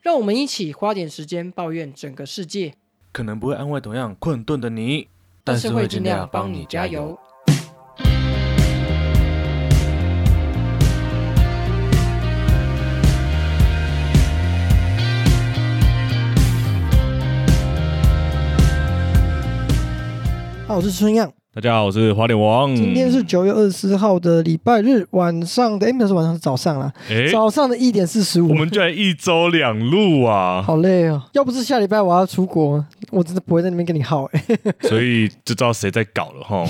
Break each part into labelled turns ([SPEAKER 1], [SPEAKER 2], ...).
[SPEAKER 1] 让我们一起花点时间抱怨整个世界，
[SPEAKER 2] 可能不会安慰同样困顿的你，但
[SPEAKER 1] 但
[SPEAKER 2] 是
[SPEAKER 1] 是会
[SPEAKER 2] 会尽
[SPEAKER 1] 尽
[SPEAKER 2] 量
[SPEAKER 1] 量
[SPEAKER 2] 帮
[SPEAKER 1] 帮
[SPEAKER 2] 你
[SPEAKER 1] 你
[SPEAKER 2] 加
[SPEAKER 1] 加
[SPEAKER 2] 油
[SPEAKER 1] 油。。好，我是春样。
[SPEAKER 3] 大家好，我是花脸王。
[SPEAKER 2] 嗯
[SPEAKER 1] 今天是九月二十四号的礼拜日晚上的，哎、不是晚上，是早上啦。
[SPEAKER 3] 哎、
[SPEAKER 1] 早上的一点四十五
[SPEAKER 3] 我。们居然一周两路啊，
[SPEAKER 1] 好累哦！要不是下礼拜我要出国，我真的不会在那边跟你耗哎、
[SPEAKER 3] 所以就知道谁在搞 了哈。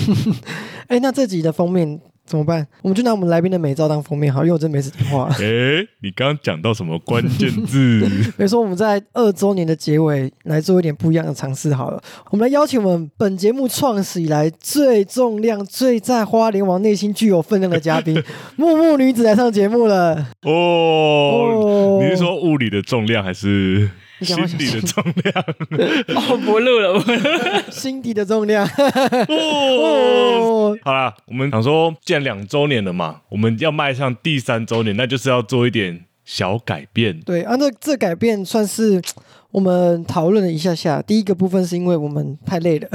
[SPEAKER 1] 哎、那这集的封面怎么办？我们就拿我们来宾的美照当封面好了，因为我 真没时间画。
[SPEAKER 3] 哎、你刚刚讲到什么关键 字？
[SPEAKER 1] 比如说，我们在二周年的结尾来做一点不一样的尝试好了。我们来邀请我们本节目创始以来最重量、最在花莲王内心具有分量的嘉宾木木女子来上节目了。
[SPEAKER 3] 哦，
[SPEAKER 1] 哦
[SPEAKER 3] 你是说物理的重量还是
[SPEAKER 1] 你
[SPEAKER 3] 心
[SPEAKER 1] 赶快想
[SPEAKER 3] 理的重 量？
[SPEAKER 4] 哦，不录了，不录了。
[SPEAKER 1] 心底的重量？
[SPEAKER 3] 哦。
[SPEAKER 1] 哦，
[SPEAKER 3] 好啦，我们想说，既然两周年了嘛，我们要迈向第三周年，那就是要做一点小改变。
[SPEAKER 1] 对，按、啊、照这改变算是我们讨论了一下下。第一个部分是因为我们太累了，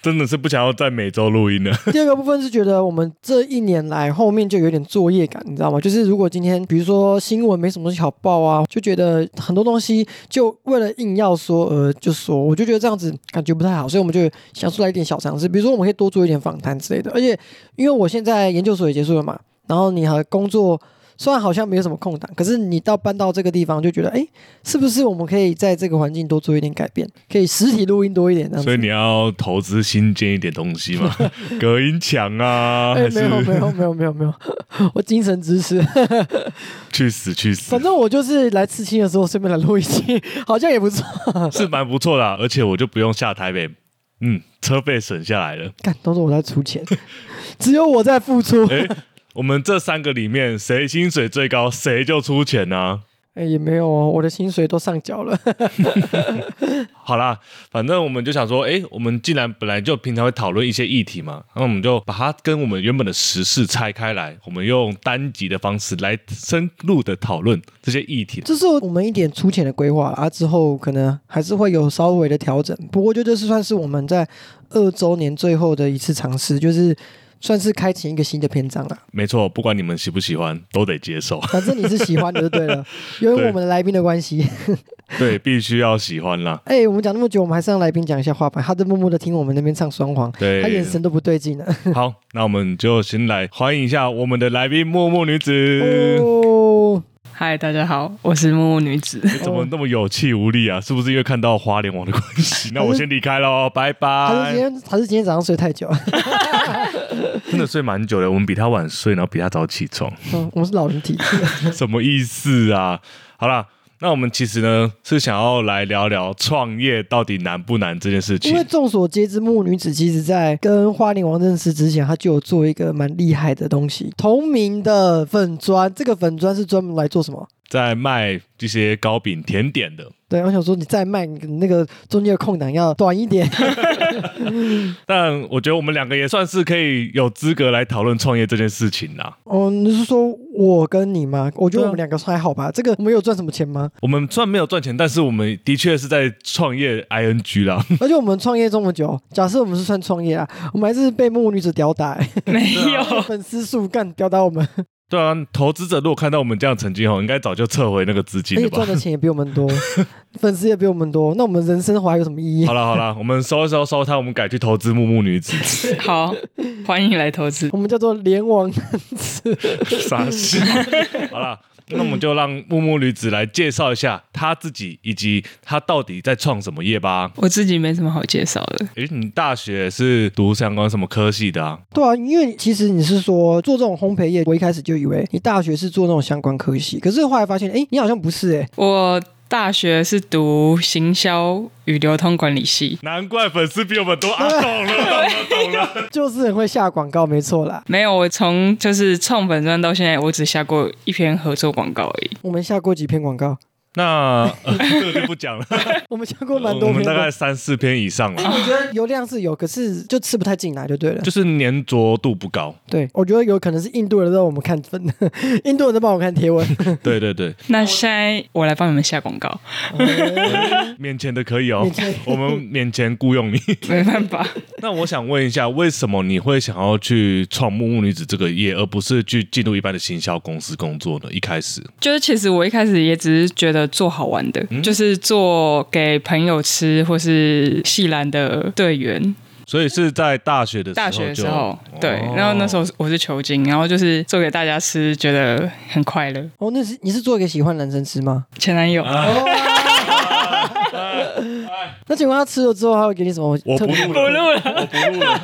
[SPEAKER 3] 真的是不想要在每周录音了。
[SPEAKER 1] 第二个部分是觉得我们这一年来后面就有点作业感，你知道吗？就是如果今天比如说新闻没什么东西好报啊，就觉得很多东西就为了硬要说呃就说，我就觉得这样子感觉不太好，所以我们就想出来一点小尝试，比如说我们可以多做一点访谈之类的。而且因为我现在研究所也结束了嘛，然后你还工作。虽然好像没有什么空档，可是你到搬到这个地方就觉得，哎、是不是我们可以在这个环境多做一点改变，可以实体录音多一点这样子？
[SPEAKER 3] 所以你要投资新建一点东西 嘛，隔音墙啊，
[SPEAKER 1] 哎、
[SPEAKER 3] 还
[SPEAKER 1] 没有没
[SPEAKER 3] 是
[SPEAKER 1] 有没有没有没有，我精神支持。
[SPEAKER 3] 去死去死
[SPEAKER 1] 反，正我就是来刺青的时候顺便来录一期，好像也不错。
[SPEAKER 3] 是蛮不错的啊、而且我就不用下台北，嗯，车费省下来了。
[SPEAKER 1] 干，都是我在出钱，只有我在付出。
[SPEAKER 3] 哎、我们这三个里面，谁薪水最高，谁就出钱啊。
[SPEAKER 1] 哎、也没有哦，我的薪水都上缴了。
[SPEAKER 3] 好啦，反正我们就想说，哎、我们既然本来就平常会讨论一些议题嘛，那我们就把它跟我们原本的时事拆开来，我们用单集的方式来深入的讨论这些议题。
[SPEAKER 1] 这是我们一点粗浅的规划啦啊，之后可能还是会有稍微的调整。不过，就这是算是我们在二周年最后的一次尝试，就是算是开启一个新的篇章啦。
[SPEAKER 3] 没错，不管你们喜不喜欢，都得接受。
[SPEAKER 1] 反正你是喜欢的就对了，由于我们的来宾的关系。
[SPEAKER 3] 对，必须要喜欢啦。
[SPEAKER 1] 哎、我们讲那么久，我们还是让来宾讲一下话吧。他在默默的听我们那边唱双簧，
[SPEAKER 3] 对
[SPEAKER 1] 他眼神都不对劲 了。
[SPEAKER 3] 好，那我们就先来欢迎一下我们的来宾默默女子。
[SPEAKER 1] 哦，
[SPEAKER 4] 嗨，大家好，我是木木女子。
[SPEAKER 3] 你哎怎么那么有气无力啊？是不是因为看到花莲王的关 系？那我先离开喽，拜
[SPEAKER 1] 还是今
[SPEAKER 3] 拜。
[SPEAKER 1] 天还是今天早上睡太 久？
[SPEAKER 3] 真的睡蛮久的，我们比他晚睡，然后比他早起 床，
[SPEAKER 1] 嗯，我们是老人体质。
[SPEAKER 3] 什么意思啊？好啦，那我们其实呢是想要来聊聊创业到底难不难这件事
[SPEAKER 1] 因为
[SPEAKER 3] 情。
[SPEAKER 1] 众所皆知，木女子其实在跟花莲王认识之前，她就有做一个蛮厉害的东西，同名的粉砖。这个粉砖是专门来做什么？
[SPEAKER 3] 在卖这些糕饼甜点的，
[SPEAKER 1] 对，我想说，你再卖，你那个中间的空档要短一点。
[SPEAKER 3] 但我觉得我们两个也算是可以有资格来讨论创业这件事情啦。
[SPEAKER 1] 哦，你是说我跟你吗？我觉得我们两个还好吧。这个我们有赚什么钱吗？
[SPEAKER 3] 我们虽然没有赚钱，但是我们的确是在创业 ing 啦。
[SPEAKER 1] 而且我们创业这么久，假设我们是算创业啊，我们还是被木女子吊打、欸，
[SPEAKER 4] 没
[SPEAKER 3] 哦
[SPEAKER 4] 有，
[SPEAKER 1] 粉丝数干吊打我们，
[SPEAKER 3] 对啊，投资者如果看到我们这样的成绩吼，应该早就撤回那个资 金
[SPEAKER 1] 而且
[SPEAKER 3] 了吧
[SPEAKER 1] 哎赚？的钱也比我们多，粉丝也比我们多，那我们人生活还有什么意义
[SPEAKER 3] 好？了好了，我们收一收收它，我们改去投资木木女 子，
[SPEAKER 4] 好，欢迎来投资。
[SPEAKER 1] 我们叫做联网 男子。
[SPEAKER 3] 傻笑。好了，那我们就让木木女子来介绍一下她自己以及她到底在创什么业吧。
[SPEAKER 4] 我自己没什么好介绍的，
[SPEAKER 3] 诶，你大学是读相关什么科系的啊？
[SPEAKER 1] 对啊，因为其实你是说做这种烘焙业，我一开始就以为你大学是做那种相关科系，可是后来发现，哎，你好像不是哎、诶
[SPEAKER 4] 我大学是读行销与流通管理系，
[SPEAKER 3] 难怪粉丝比我们多啊！懂了，懂了，懂了。
[SPEAKER 1] 就是很会下广告，没错啦。
[SPEAKER 4] 没有，我从就是创本专到现在，我只下过一篇合作广告而已。
[SPEAKER 1] 我们下过几篇广告，
[SPEAKER 3] 那呃这个就不讲了，
[SPEAKER 1] 我们讲过蛮
[SPEAKER 3] 我
[SPEAKER 1] 多
[SPEAKER 3] 们
[SPEAKER 1] 篇
[SPEAKER 3] 大概
[SPEAKER 1] 的。
[SPEAKER 3] 三四篇以上了，
[SPEAKER 1] 我觉得油量是有，可是就吃不太进来就对了。
[SPEAKER 3] 就是粘着度不高。
[SPEAKER 1] 对，我觉得有可能是印度人让我们看分， 印度人在帮我看贴文。
[SPEAKER 3] 对对 对，
[SPEAKER 4] 那现在我来帮你们下广告，
[SPEAKER 3] 免钱的可以哦
[SPEAKER 1] 免钱，
[SPEAKER 3] 我们免钱雇佣你。
[SPEAKER 4] 没办法，
[SPEAKER 3] 那我想问一下，为什么你会想要去创木木女子这个业，而不是去进入一般的行销公司工作呢？一开始，
[SPEAKER 4] 就是其实我一开始也只是觉得做好玩的，就是做给朋友吃或是系篮的队员。
[SPEAKER 3] 所以是在大学的时候
[SPEAKER 4] 大学的
[SPEAKER 3] 就
[SPEAKER 4] 时候，对，
[SPEAKER 3] 哦
[SPEAKER 4] 然后那时候我是球精，然后就是做给大家吃，觉得很快乐。
[SPEAKER 1] 哦，那是你是做给喜欢男生吃 吗？
[SPEAKER 4] 前男友，
[SPEAKER 1] 啊
[SPEAKER 3] 哎
[SPEAKER 1] 那请问他吃了之后，他会给你什么
[SPEAKER 3] 我
[SPEAKER 1] 特
[SPEAKER 3] 不
[SPEAKER 1] 别？
[SPEAKER 3] 录了，
[SPEAKER 4] 录了，
[SPEAKER 3] 我不录了。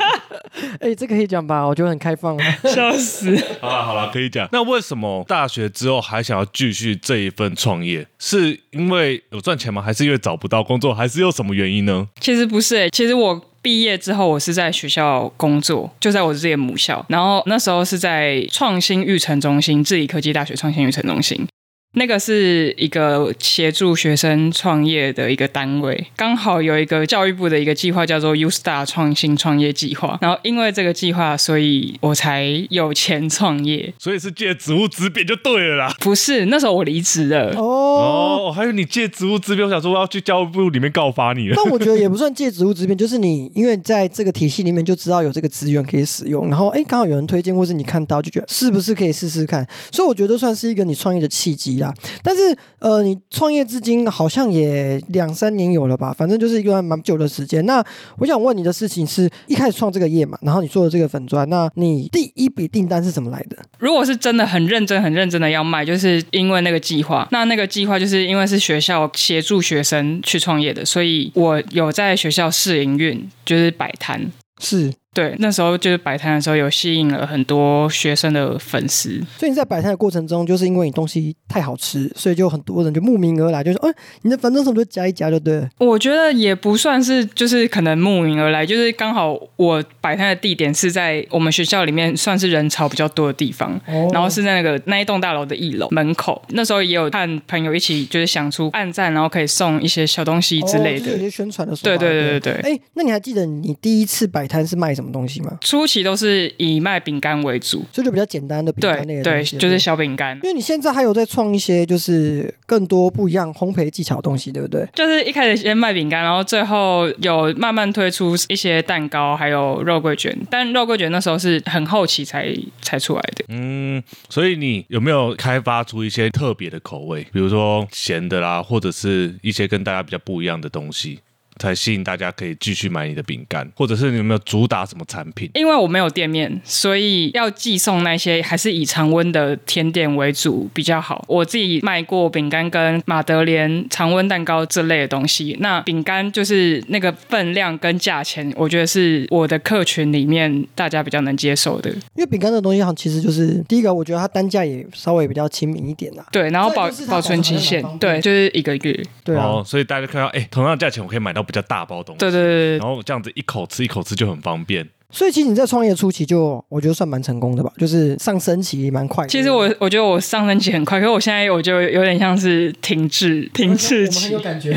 [SPEAKER 1] 哎，这个可以讲吧？我觉得很开 放啊。
[SPEAKER 4] 笑死。
[SPEAKER 3] 好了好了，可以讲。那为什么大学之后还想要继续这一份创业？是因为有赚钱吗？还是因为找不到工作？还是有什么原因呢？
[SPEAKER 4] 其实不是、欸，其实我毕业之后，我是在学校工作，就在我自己的母校。然后那时候是在创新育成中心，智理科技大学创新育成中心。那个是一个协助学生创业的一个单位，刚好有一个教育部的一个计划叫做 U Star 创新创业计划，然后因为这个计划，所以我才有钱创业。
[SPEAKER 3] 所以是借职务之便就对了啦。
[SPEAKER 4] 不是，那时候我离职了，
[SPEAKER 1] 哦，
[SPEAKER 3] 哦，还有你借职务之便，我想说我要去教育部里面告发 你了。
[SPEAKER 1] 但我觉得也不算借职务之便，就是你因为在这个体系里面就知道有这个资源可以使用，然后哎，刚好有人推荐或是你看到就觉得是不是可以试试看，所以我觉得算是一个你创业的契机啦。但是呃，你创业至今好像也两三年有了吧，反正就是一个蛮久的时间。那我想问你的事情是一开始创这个业嘛，然后你做的这个粉砖，那你第一笔订单是怎么来的？
[SPEAKER 4] 如果是真的很认真、很认真的要卖，就是因为那个计划。那那个计划就是因为是学校协助学生去创业的，所以我有在学校试营运，就是摆摊。
[SPEAKER 1] 是，
[SPEAKER 4] 对，那时候就是摆摊的时候，有吸引了很多学生的粉丝。
[SPEAKER 1] 所以你在摆摊的过程中，就是因为你东西太好吃，所以就很多人就慕名而来，就是哎，你的粉砖什么就加一加就对了。
[SPEAKER 4] 我觉得也不算是，就是可能慕名而来，就是刚好我摆摊的地点是在我们学校里面算是人潮比较多的地方，
[SPEAKER 1] 哦
[SPEAKER 4] 然后是在那个那一栋大楼的一楼门口。那时候也有和朋友一起，就是想出暗赞，然后可以送一些小东西之类
[SPEAKER 1] 哦
[SPEAKER 4] 的。
[SPEAKER 1] 就是有些宣传的手
[SPEAKER 4] 对
[SPEAKER 1] 法。
[SPEAKER 4] 对对对对
[SPEAKER 1] 哎，那你还记得你第一次摆摊是卖什么东西吗？
[SPEAKER 4] 初期都是以卖饼干为主，
[SPEAKER 1] 所以就比较简单的饼
[SPEAKER 4] 对
[SPEAKER 1] 干类的
[SPEAKER 4] 对，
[SPEAKER 1] 东西
[SPEAKER 4] 就是
[SPEAKER 1] 不
[SPEAKER 4] 小饼干
[SPEAKER 1] 因。为你现在还有在创一些就是更多不一样烘焙技巧的东西，对不对？
[SPEAKER 4] 就是一开始先卖饼干，然后最后有慢慢推出一些蛋糕，还有肉桂卷。但肉桂卷那时候是很后期才才出来的。
[SPEAKER 3] 嗯，所以你有没有开发出一些特别的口味，比如说咸的啦，或者是一些跟大家比较不一样的东西，才吸引大家可以继续买你的饼干，或者是你有没有主打什么产品？
[SPEAKER 4] 因为我没有店面，所以要寄送那些还是以常温的甜点为主比较好。我自己卖过饼干跟马德莲常温蛋糕这类的东西。那饼干就是那个分量跟价钱，我觉得是我的客群里面大家比较能接受的。
[SPEAKER 1] 因为饼干这个东西，它其实就是第一个，我觉得它单价也稍微比较亲民一点啊啦。
[SPEAKER 4] 对，然后
[SPEAKER 1] 这
[SPEAKER 4] 保
[SPEAKER 1] 就是它
[SPEAKER 4] 保存期限
[SPEAKER 1] 保存，得
[SPEAKER 4] 对，
[SPEAKER 1] 很
[SPEAKER 4] 就是一个月。
[SPEAKER 1] 对啊，
[SPEAKER 3] 哦，所以大家看到，哎、同样的价钱我可以买到比较大包东西，
[SPEAKER 4] 对对对对
[SPEAKER 3] 然后这样子一口吃一口吃就很方便。
[SPEAKER 1] 所以其实你在创业初期就我觉得算蛮成功的吧，就是上升期蛮快的。
[SPEAKER 4] 其实我我觉得我上升期很快，可是我现在我就有点像是停滞停滞期，
[SPEAKER 1] 感觉，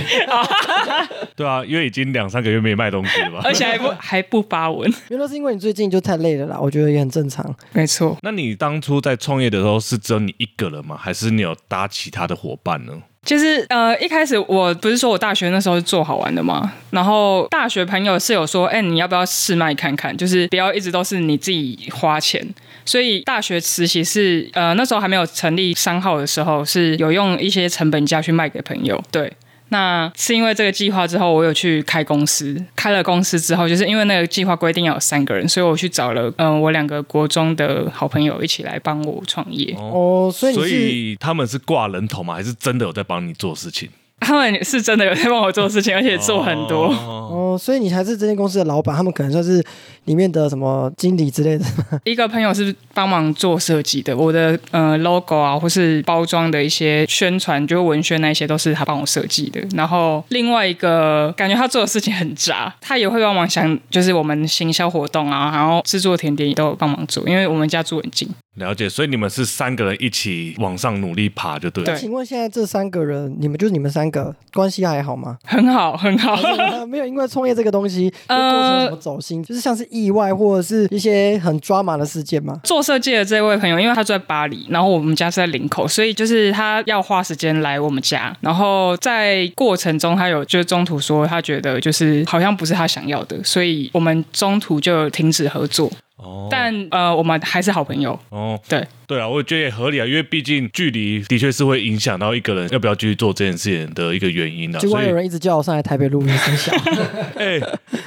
[SPEAKER 3] 对啊，因为已经两三个月没卖东西了 吧？
[SPEAKER 4] 而且还不还不发文。
[SPEAKER 1] 原来是因为你最近就太累了啦，我觉得也很正常。
[SPEAKER 4] 没错，
[SPEAKER 3] 那你当初在创业的时候是只有你一个人吗？还是你有搭其他的伙伴呢？
[SPEAKER 4] 就是呃，一开始我不是说我大学那时候是做好玩的嘛，然后大学朋友是有说，哎、你要不要试卖看看？就是不要一直都是你自己花钱。所以大学实习是呃那时候还没有成立商号的时候，是有用一些成本价去卖给朋友。对，那是因为这个计划之后，我有去开公司。开了公司之后，就是因为那个计划规定要有三个人，所以我去找了嗯、呃我两个国中的好朋友一起来帮我创业。
[SPEAKER 1] 哦，所以你
[SPEAKER 3] 所
[SPEAKER 1] 是
[SPEAKER 3] 以他们是挂人头吗？还是真的有在帮你做事情？
[SPEAKER 4] 他们是真的有在帮我做事情，而且做很多。
[SPEAKER 3] 哦
[SPEAKER 1] 哦，所以你还是这间公司的老板，他们可能算是里面的什么经理之类的。
[SPEAKER 4] 一个朋友是帮忙做设计的，我的呃 logo 啊，或是包装的一些宣传，就是文宣那一些都是他帮我设计的。然后另外一个感觉他做的事情很杂，他也会帮忙想，就是我们行销活动啊，然后制作甜点也都有帮忙做，因为我们家住很近。
[SPEAKER 3] 了解，所以你们是三个人一起往上努力爬，就对了。
[SPEAKER 1] 那
[SPEAKER 4] 对
[SPEAKER 1] 请问现在这三个人，你们就是你们三个关系还好吗？
[SPEAKER 4] 很好，很好。
[SPEAKER 1] 呃没有，因为创业这个东西，就过程有什么走心，就是像是意外或者是一些很抓马的事件嘛。
[SPEAKER 4] 做设计的这位朋友，因为他住在巴黎，然后我们家是在林口，所以就是他要花时间来我们家。然后在过程中，他有就是中途说他觉得就是好像不是他想要的，所以我们中途就停止合作。
[SPEAKER 3] 哦，
[SPEAKER 4] 但呃，我们还是好朋友。
[SPEAKER 3] 哦，
[SPEAKER 4] 对，
[SPEAKER 3] 对啊，我觉得也合理啊，因为毕竟距离的确是会影响到一个人要不要继续做这件事情的一个原因啊。
[SPEAKER 1] 结果
[SPEAKER 3] 所以
[SPEAKER 1] 有，人一直叫我上来台北录音生小孩，
[SPEAKER 3] 哎、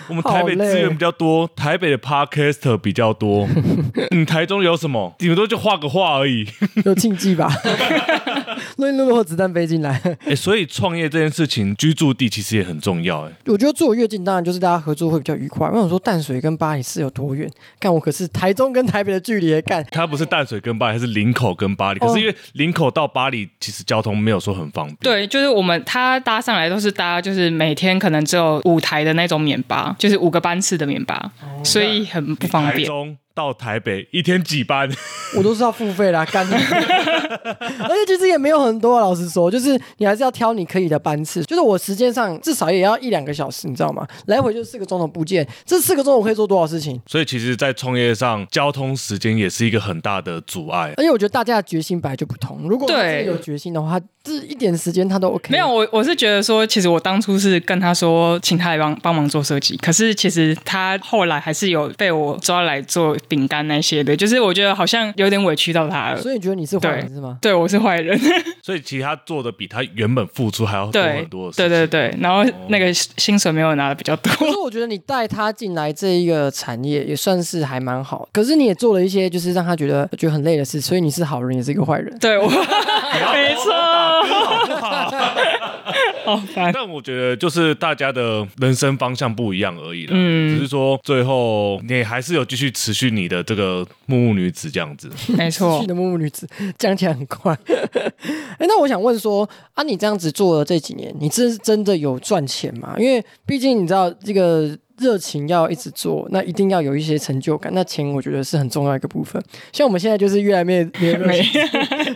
[SPEAKER 3] 我们台北
[SPEAKER 1] 好累
[SPEAKER 3] 资源比较多，台北的 podcaster 比 较多。你台中有什么？顶多就画个画而已。
[SPEAKER 1] 有禁忌吧？录音录录，子弹飞进来。
[SPEAKER 3] 哎、所以创业这件事情，居住地其实也很重要、哎，
[SPEAKER 1] 我觉得住我越近，当然就是大家合作会比较愉快。我想说淡水跟巴黎是有多远？干我可是台中跟台北的距离耶，干
[SPEAKER 3] 它不是淡水跟巴黎，它是林口跟巴黎。可
[SPEAKER 1] 哦
[SPEAKER 3] 是因为林口到巴黎，其实交通没有说很方便。
[SPEAKER 4] 对，就是我们他搭上来都是搭，就是每天可能只有五台的那种免巴，就是五个班次的免巴，所以很不方
[SPEAKER 3] 台
[SPEAKER 4] 便。
[SPEAKER 3] 中到台北一天几班？
[SPEAKER 1] 我都是要付 费啦，啊干。而且其实也没有很多啊，老实说，就是你还是要挑你可以的班次。就是我时间上至少也要一两个小时，你知道吗？来回就四个钟头不见，这四个钟头可以做多少事情？
[SPEAKER 3] 所以其实，在创业上，交通时间也是一个很大的阻碍。
[SPEAKER 1] 而且我觉得大家的决心本来就不同，如果他
[SPEAKER 4] 对
[SPEAKER 1] 自己有决心的话，这一点时间他都 OK。
[SPEAKER 4] 没有，，我我是觉得说，其实我当初是跟他说，请他来帮帮忙做设计，可是其实他后来还是有被我抓来做饼干那些的，就是我觉得好像有点委屈到他了。
[SPEAKER 1] 所以你觉得你是坏人
[SPEAKER 4] 对
[SPEAKER 1] 是吗？
[SPEAKER 4] 对，我是坏人，
[SPEAKER 3] 所以其实他做的比他原本付出还要多
[SPEAKER 4] 对
[SPEAKER 3] 很多的，事情。哦
[SPEAKER 4] 对对对，然后那个薪水没有拿的比较多，
[SPEAKER 1] 可是我觉得你带他进来这一个产业也算是还蛮好，可是你也做了一些就是让他觉得觉得很累的事，所以你是好人也是一个坏 人。
[SPEAKER 4] 对我， 没错，好 烦，
[SPEAKER 3] 但我觉得就是大家的人生方向不一样而已啦，
[SPEAKER 4] 嗯
[SPEAKER 3] 只是说最后你还是有继续持续你的这个木木女子这样子。
[SPEAKER 4] 没错
[SPEAKER 1] 去。的木木女子 讲起来很快。 哎、那我想问说啊，你这样子做了这几年，你真真的有赚钱吗？因为毕竟你知道这个。热情要一直做，那一定要有一些成就感。那钱我觉得是很重要一个部分。像我们现在就是越来越没有热
[SPEAKER 4] 没
[SPEAKER 1] 情，，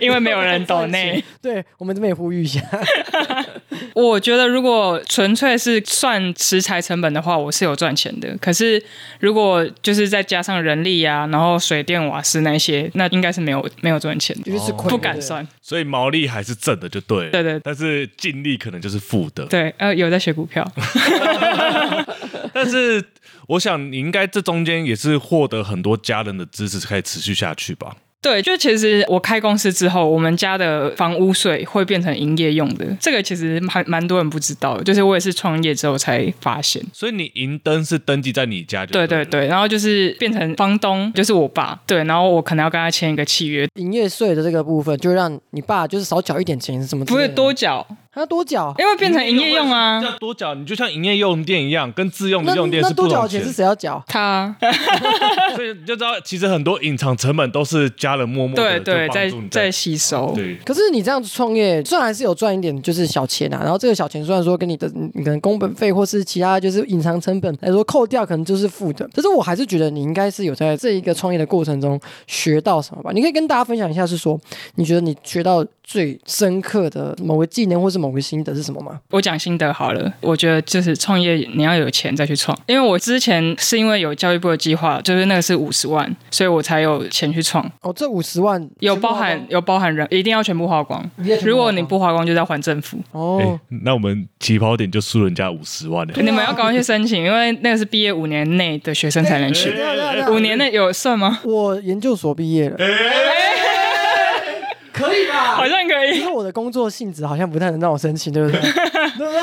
[SPEAKER 4] 因为没 有人懂内。
[SPEAKER 1] 对我们这边也呼吁一下。
[SPEAKER 4] 我觉得如果纯粹是算食材成本的话，我是有赚钱的。可是如果就是再加上人力啊，然后水电瓦斯那些，那应该是没有没有赚钱的，
[SPEAKER 1] 就是
[SPEAKER 3] 哦
[SPEAKER 1] 吃亏
[SPEAKER 4] 不
[SPEAKER 1] 对
[SPEAKER 4] 敢
[SPEAKER 1] 对
[SPEAKER 4] 算。
[SPEAKER 3] 所以毛利还是正的就对了，
[SPEAKER 4] 对对对
[SPEAKER 3] 但是净利可能就是负的。
[SPEAKER 4] 对，呃，有在学股票，
[SPEAKER 3] 但是我想你应该这中间也是获得很多家人的支持，可以持续下去吧。
[SPEAKER 4] 对，就其实我开公司之后，我们家的房屋税会变成营业用的，这个其实蛮蛮多人不知道的，就是我也是创业之后才发现。
[SPEAKER 3] 所以你银灯是登记在你家就
[SPEAKER 4] 对
[SPEAKER 3] 对
[SPEAKER 4] 对
[SPEAKER 3] 了
[SPEAKER 4] 对，然后就是变成房东，就是我爸，对，然后我可能要跟他签一个契约，
[SPEAKER 1] 营业税的这个部分，就让你爸就是少缴一点钱，什么之
[SPEAKER 4] 不
[SPEAKER 1] 类
[SPEAKER 4] 会
[SPEAKER 1] 的
[SPEAKER 4] 多缴，
[SPEAKER 1] 还要多缴。
[SPEAKER 4] 因为变成营业用啊。
[SPEAKER 3] 要多缴，你就像营业用电一样，跟自用
[SPEAKER 1] 那
[SPEAKER 3] 的用电
[SPEAKER 1] 那
[SPEAKER 3] 是不
[SPEAKER 1] 多
[SPEAKER 3] 同
[SPEAKER 1] 缴的
[SPEAKER 3] 的
[SPEAKER 1] 钱是谁要缴？
[SPEAKER 4] 他
[SPEAKER 3] 所以你就知道，其实很多隐藏成本都是家人默默
[SPEAKER 4] 对
[SPEAKER 3] 的在
[SPEAKER 4] 对，在在
[SPEAKER 3] 在
[SPEAKER 4] 吸收，
[SPEAKER 3] 对。
[SPEAKER 1] 可是你这样子创业，虽然还是有赚一点就是小钱啊，然后这个小钱虽然说跟你的你你可能工本费或是其他就是隐藏成本来说扣掉，可能就是负的。但是我还是觉得你应该是有在这一个创业的过程中学到什么吧？你可以跟大家分享一下，是说你觉得你学到最深刻的某个技能或是某个心得是什么吗？
[SPEAKER 4] 我讲心得好了，我觉得就是创业你要有钱再去创，因为我之前是因为有教育部的计划，就是那个是五十万，所以我才有钱去创，
[SPEAKER 1] 哦，这五十万
[SPEAKER 4] 有包含有包含人，一定要全部花光。如果你不花光，就是要还政 府。
[SPEAKER 3] 哎、
[SPEAKER 1] 哦，
[SPEAKER 3] 那我们起跑点就输人家五十万了、
[SPEAKER 4] 你们要赶快去申请，因为那个是毕业五年内的学生才能 去。
[SPEAKER 1] 对啊对啊对啊
[SPEAKER 4] 五年内有算吗？
[SPEAKER 1] 我研究所毕业了，
[SPEAKER 4] 哎
[SPEAKER 1] 可以吧？
[SPEAKER 4] 好像可以
[SPEAKER 1] 因。为我的工作性质好像不太能让我申请，对不对？对不对？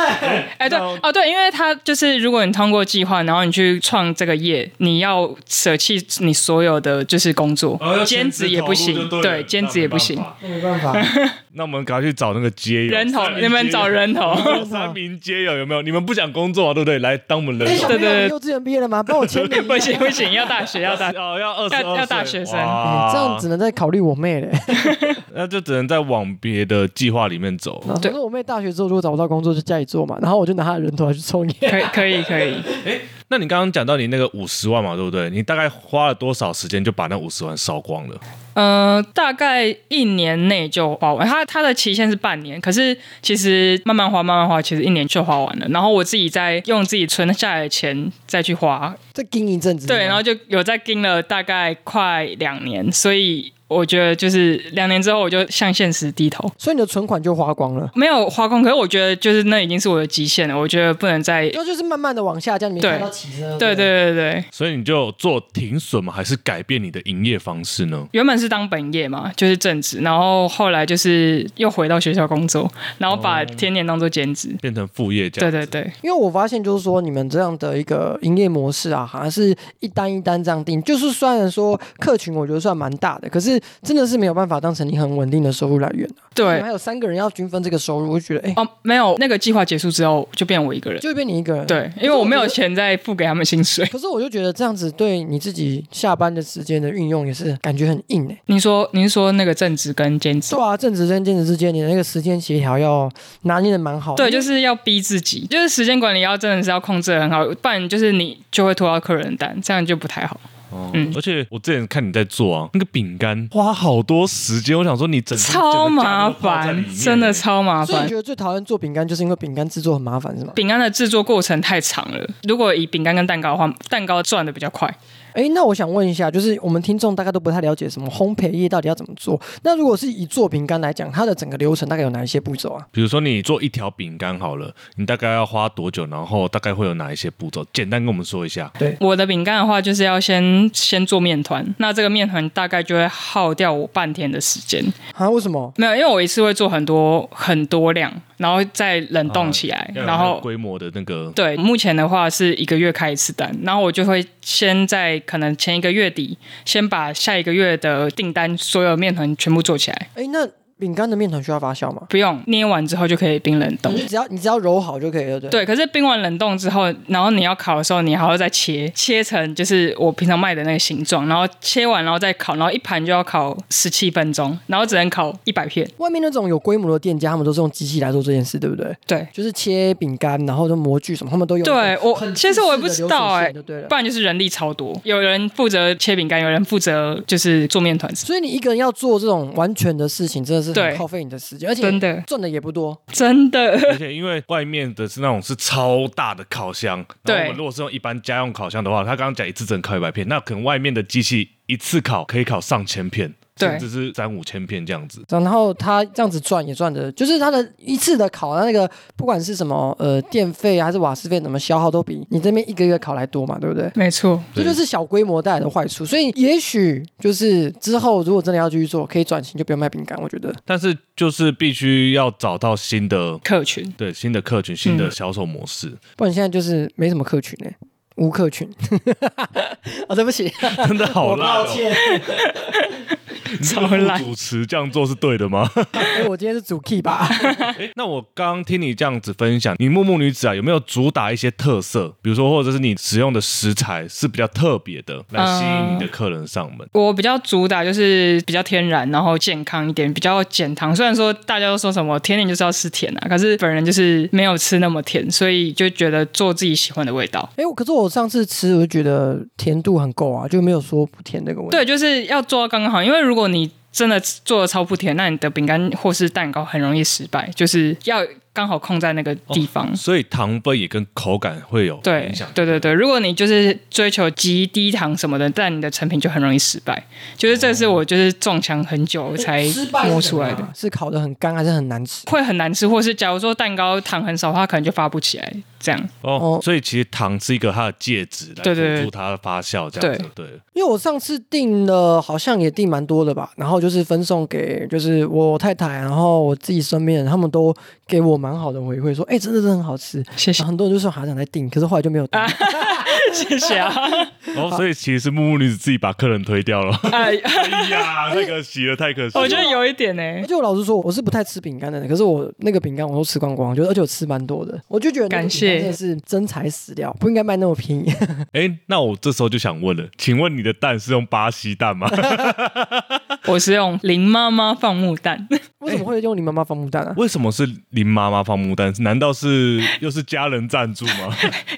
[SPEAKER 4] 哎，对哦，对，因为他就是，如果你通过计划，然后你去创这个业，你要舍弃你所有的就是工作，
[SPEAKER 3] 哦要
[SPEAKER 4] 兼
[SPEAKER 3] 全
[SPEAKER 4] 职
[SPEAKER 3] 职
[SPEAKER 4] 也不
[SPEAKER 3] 投入
[SPEAKER 4] 行，
[SPEAKER 3] 就对了
[SPEAKER 4] 对，兼职也不行
[SPEAKER 3] 那没，办 法
[SPEAKER 1] 没办法，
[SPEAKER 3] 那我们赶快去找那个街友
[SPEAKER 4] 人头
[SPEAKER 3] 三，民
[SPEAKER 4] 你们找人头，
[SPEAKER 3] 街友三名街友有没有？你们不想工作啊，对不对？来当我们人
[SPEAKER 1] 哎，
[SPEAKER 3] 头
[SPEAKER 1] 小。
[SPEAKER 4] 对
[SPEAKER 1] 朋友，
[SPEAKER 4] 对
[SPEAKER 1] 你幼稚园毕业了吗？帮我签名一下。
[SPEAKER 4] 不行不行，要大学 要大学，
[SPEAKER 3] 哦，要二十
[SPEAKER 4] 要要大学生
[SPEAKER 3] 啊
[SPEAKER 1] 哎这样只能再考虑我妹嘞。
[SPEAKER 3] 那就只能再往别的计划里面走。
[SPEAKER 1] 可 是我妹大学之后如果找不到工作，就家里做嘛，然后我就拿她的人头来去创业。
[SPEAKER 4] 可以可以可以，
[SPEAKER 3] 那你刚刚讲到你那个五十万嘛，对不对？你大概花了多少时间就把那五十万烧光了？
[SPEAKER 4] 呃，大概一年内就花完。它它的期限是半年，可是其实慢慢花，慢慢花，其实一年就花完了。然后我自己再用自己存下来的钱再去花，
[SPEAKER 1] 再盯一阵子。
[SPEAKER 3] 嗯
[SPEAKER 4] 对，然后就有在盯了大概快两年，所以我觉得就是两年之后我就向现实低头。
[SPEAKER 1] 所以你的存款就花光了。
[SPEAKER 4] 没有花光，可是我觉得就是那已经是我的极限了，我觉得不能再。
[SPEAKER 1] 就就是慢慢的往下，这样你没
[SPEAKER 4] 对
[SPEAKER 1] 看到起身。
[SPEAKER 4] 对对对对，
[SPEAKER 3] 所以你就做停损嘛，还是改变你的营业方式呢？
[SPEAKER 4] 原本是当本业嘛，就是正职，然后后来就是又回到学校工作，然后把甜点当做兼职。
[SPEAKER 3] 变成副业这
[SPEAKER 4] 对
[SPEAKER 3] 样？
[SPEAKER 4] 对对，
[SPEAKER 1] 因为我发现就是说，你们这样的一个营业模式啊，好像是一单一单这样定，就是虽然说客群我觉得算蛮大的，可是真的是没有办法当成你很稳定的收入来源、啊、你们
[SPEAKER 4] 对
[SPEAKER 1] 还有三个人要均分这个收入，我就觉得哎、
[SPEAKER 4] 哦，没有那个计划结束之后就变我一个人。
[SPEAKER 1] 就变你一个人。
[SPEAKER 4] 对，因为我没有钱再付给他们薪水。
[SPEAKER 1] 可是我就觉得这样子对你自己下班的时间的运用也是感觉很硬哎、
[SPEAKER 4] 你说你是说那个正职跟兼职
[SPEAKER 1] 对？啊，正职跟兼职之间，你的那个时间协调要拿捏的蛮好的。
[SPEAKER 4] 对，就是要逼自己，就是时间管理要真的是要控制的很好，不然就是你就会拖到客人的单，这样就不太好。
[SPEAKER 3] 哦
[SPEAKER 4] 嗯
[SPEAKER 3] 而且我之前看你在做啊，那个饼干花好多时间，我想说你整
[SPEAKER 4] 超麻烦，真的。超麻
[SPEAKER 1] 所以
[SPEAKER 4] 烦
[SPEAKER 1] 你觉。得最讨厌做饼干，就是因为饼干制作很麻烦，是吗？
[SPEAKER 4] 饼干的制作过程太长了，如果以饼干跟蛋糕的话，蛋糕转的比较快。
[SPEAKER 1] 哎，那我想问一下，就是我们听众大概都不太了解什么烘焙业到底要怎么做。那如果是以做饼干来讲，它的整个流程大概有哪一些步骤啊？
[SPEAKER 3] 比如说你做一条饼干好了，你大概要花多久？然后大概会有哪一些步骤？简单跟我们说一下。
[SPEAKER 4] 我的饼干的话，就是要先先做面团，那这个面团大概就会耗掉我半天的时间。
[SPEAKER 1] 啊，为什么？
[SPEAKER 4] 没有，因为我一次会做很多很多量，然后再冷冻起来，
[SPEAKER 3] 啊要有那
[SPEAKER 4] 然
[SPEAKER 3] 个
[SPEAKER 4] 后
[SPEAKER 3] 规模的那个
[SPEAKER 4] 对，目前的话是一个月开一次单，然后我就会先在可能前一个月底，先把下一个月的订单所有面团全部做起来，
[SPEAKER 1] 哎，那饼干的面团需要发酵吗？
[SPEAKER 4] 不用捏完之后就可以冰冷冻。
[SPEAKER 1] 你只要你只要揉好就可以了，对不对？
[SPEAKER 4] 对，可是冰完冷冻之后，然后你要烤的时候，你还要再切，切成就是我平常卖的那个形状，然后切完然后再烤，然后一盘就要烤十七分钟，然后只能烤一百片。
[SPEAKER 1] 外面那种有规模的店家，他们都是用机器来做这件事，对不对？
[SPEAKER 4] 对，
[SPEAKER 1] 就是切饼干，然后就模具什么，他们都有。
[SPEAKER 4] 对我
[SPEAKER 1] 很
[SPEAKER 4] 其实我也不
[SPEAKER 1] 自制的流
[SPEAKER 4] 知道
[SPEAKER 1] 水
[SPEAKER 4] 哎
[SPEAKER 1] 线就对了
[SPEAKER 4] 不。然就是人力超多，有人负责切饼干，有人负责就是做面团，
[SPEAKER 1] 所以你一个人要做这种完全的事情，真的是很
[SPEAKER 4] 对
[SPEAKER 1] 耗费你的时间，而且
[SPEAKER 4] 真的
[SPEAKER 1] 赚的也不多。
[SPEAKER 4] 真的。
[SPEAKER 3] 而且因为外面的是那种是超大的烤箱，
[SPEAKER 4] 对
[SPEAKER 3] 然后我们如果是用一般家用烤箱的话，他刚刚讲一次只能烤一百片，那可能外面的机器一次烤可以烤上千片，
[SPEAKER 4] 对
[SPEAKER 3] 甚至是三五千片这样子。
[SPEAKER 1] 然后他这样子赚也赚的，就是他的一次的烤，他那个不管是什么呃电费啊还是瓦斯费，怎么消耗都比你这边一个月烤来多嘛，对不对？
[SPEAKER 4] 没错，
[SPEAKER 1] 这
[SPEAKER 3] 对
[SPEAKER 1] 就是小规模带来的坏处，所以也许就是之后如果真的要继续做，可以转型，就不要卖饼干。我觉得
[SPEAKER 3] 但是就是必须要找到新的。
[SPEAKER 4] 客群
[SPEAKER 3] 对新的客群、新的
[SPEAKER 4] 嗯
[SPEAKER 3] 销售模式，
[SPEAKER 1] 不然现在就是没什么客群呢、欸无客群。 哦，对不起，
[SPEAKER 3] 真的好
[SPEAKER 1] 我
[SPEAKER 3] 辣、
[SPEAKER 1] 抱
[SPEAKER 3] 哦。
[SPEAKER 1] 歉，
[SPEAKER 3] 你这个
[SPEAKER 4] 超辣
[SPEAKER 3] 副主持这样做是对的吗？
[SPEAKER 1] 因哎为我今天是主 key 吧。
[SPEAKER 3] 诶那我刚刚听你这样子分享，你木木女子啊，有没有主打一些特色？比如说，或者是你使用的食材是比较特别的，来吸引你的客人上门？
[SPEAKER 4] 我比较主打就是比较天然，然后健康一点，比较减糖。虽然说大家都说什么甜点就是要吃甜啊，可是本人就是没有吃那么甜，所以就觉得做自己喜欢的味道。
[SPEAKER 1] 哎、我可是我上次吃，我就觉得甜度很够啊，就没有说不甜这个问题。
[SPEAKER 4] 对，就是要做到刚刚好，因为如果你真的做的超不甜，那你的饼干或是蛋糕很容易失败，就是要刚好控在那个地方。
[SPEAKER 3] 所以糖分也跟口感会有
[SPEAKER 4] 对
[SPEAKER 3] 影响。
[SPEAKER 4] 哦对对对，如果你就是追求极低糖什么的，但你的成品就很容易失败。就是这是我就是撞墙很久才
[SPEAKER 1] 哎失败是
[SPEAKER 4] 摸
[SPEAKER 1] 怎
[SPEAKER 4] 出
[SPEAKER 1] 么
[SPEAKER 4] 来
[SPEAKER 1] 样
[SPEAKER 4] 的。
[SPEAKER 1] 啊是烤的很干还是很难吃？
[SPEAKER 4] 会很难吃，或是假如说蛋糕糖很少的话，可能就发不起来。这样
[SPEAKER 3] 哦
[SPEAKER 1] 哦，
[SPEAKER 3] 所以其实糖是一个它的介质来
[SPEAKER 4] 对对
[SPEAKER 3] 辅
[SPEAKER 4] 对
[SPEAKER 3] 助它的发酵，这样子对。
[SPEAKER 1] 因为我上次订了，好像也订蛮多的吧，然后就是分送给就是我太太，然后我自己身边的人，他们都给我蛮好的回馈，说哎、真的是很好吃。
[SPEAKER 4] 谢谢
[SPEAKER 1] 然
[SPEAKER 4] 啊
[SPEAKER 1] 后很多人就说还想再订，可是后来就没有订。
[SPEAKER 4] 谢谢啊，
[SPEAKER 3] 哦，所以其实是木木女子自己把客人推掉了。
[SPEAKER 4] 哎，
[SPEAKER 3] 哎呀，太可惜了，太可惜了。
[SPEAKER 4] 我觉得有一点欸呢、
[SPEAKER 1] 而且我老实说，我是不太吃饼干的人，可是我那个饼干我都吃光光，就是而且我吃蛮多的，我就觉得那个
[SPEAKER 4] 感
[SPEAKER 1] 饼干
[SPEAKER 4] 谢
[SPEAKER 1] 真的是真材实料，不应该卖那么便宜。
[SPEAKER 3] 哎，那我这时候就想问了，请问你的蛋是用巴西蛋吗？
[SPEAKER 4] 我是用林妈妈放木蛋，
[SPEAKER 1] 为什么会用你妈妈防母蛋啊？
[SPEAKER 3] 为 什么是林妈妈放牡丹？难道是又是家人赞助吗？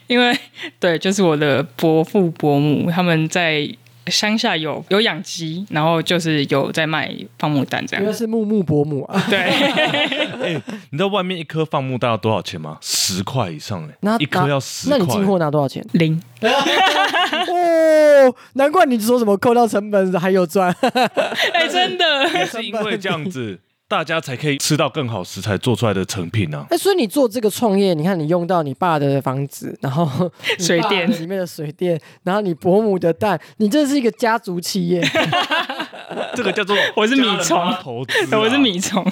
[SPEAKER 4] 因为对，就是我的伯父伯母他们在乡下有有养鸡，然后就是有在卖放牧蛋这
[SPEAKER 1] 因为
[SPEAKER 4] 样。
[SPEAKER 1] 是木木伯母 啊，
[SPEAKER 4] 对，
[SPEAKER 3] 哎你知道外面一颗放牧蛋要多少钱吗？十块以上哎、
[SPEAKER 1] 那
[SPEAKER 3] 一颗
[SPEAKER 1] 拿
[SPEAKER 3] 要十
[SPEAKER 1] 那
[SPEAKER 3] 块。
[SPEAKER 1] 你进货拿多少钱？
[SPEAKER 4] 零
[SPEAKER 1] 哦，难怪你说什么扣掉成本还有赚，
[SPEAKER 4] 哎、真的
[SPEAKER 3] 也是因为这样子，大家才可以吃到更好食材做出来的成品 啊。
[SPEAKER 1] 哎，所以你做这个创业，你看你用到你爸的房子，然后你
[SPEAKER 4] 水
[SPEAKER 1] 爸的
[SPEAKER 4] 电
[SPEAKER 1] 里面的水电，然后你伯母的蛋，你这是一个家族企业。
[SPEAKER 3] 这个叫做
[SPEAKER 4] 我是米虫
[SPEAKER 3] 加了妈投资、啊
[SPEAKER 4] 我是。米虫，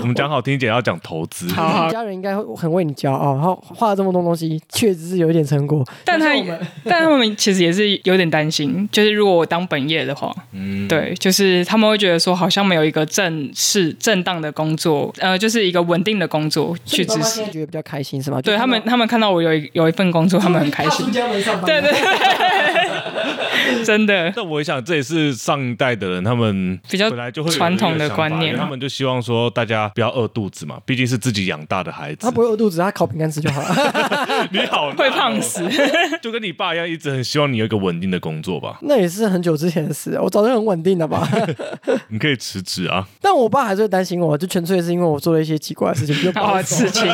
[SPEAKER 3] 我们讲好听一点，要讲投资。
[SPEAKER 4] 好好
[SPEAKER 1] 你家人应该会很为你骄傲，然后画了这么多东西，确实是有一点成果。
[SPEAKER 4] 但他
[SPEAKER 1] 像我们
[SPEAKER 4] 但他们其实也是有点担心，就是如果我当本业的话，
[SPEAKER 3] 嗯，
[SPEAKER 4] 对，就是他们会觉得说好像没有一个正式正当的工作，呃，就是一个稳定的工作
[SPEAKER 1] 所以
[SPEAKER 4] 去
[SPEAKER 1] 你爸
[SPEAKER 4] 支
[SPEAKER 1] 妈
[SPEAKER 4] 持
[SPEAKER 1] 现。在觉得比较开心是吗？
[SPEAKER 4] 对
[SPEAKER 1] 就
[SPEAKER 4] 他们，
[SPEAKER 1] 看到
[SPEAKER 4] 他们看到我有一有一份工作，他们很开心
[SPEAKER 1] 终于踏出。家门上班了
[SPEAKER 4] 对对对， 真的
[SPEAKER 3] 但我也想，这也是上一代的人他们
[SPEAKER 4] 比较
[SPEAKER 3] 本来就会有
[SPEAKER 4] 传统
[SPEAKER 3] 这
[SPEAKER 4] 的
[SPEAKER 3] 个想
[SPEAKER 4] 观
[SPEAKER 3] 法
[SPEAKER 4] 念
[SPEAKER 3] 因为他们就希望说大家不要饿肚子嘛，毕竟是自己养大的孩子
[SPEAKER 1] 他。不会饿肚子，他烤饼干吃就好 了。
[SPEAKER 3] 你好，哦
[SPEAKER 4] 会胖，死。
[SPEAKER 3] 就跟你爸一样，一直很希望你有一个稳定的工作吧，
[SPEAKER 1] 那也是很久之前的事，我早就很稳定了吧。
[SPEAKER 3] 你可以辞职啊。
[SPEAKER 1] 但我爸还是会担心我，就纯粹是因为我做了一些奇怪的事情，就不
[SPEAKER 4] 好
[SPEAKER 3] 哦
[SPEAKER 4] 好
[SPEAKER 1] 好
[SPEAKER 4] 哦刺青，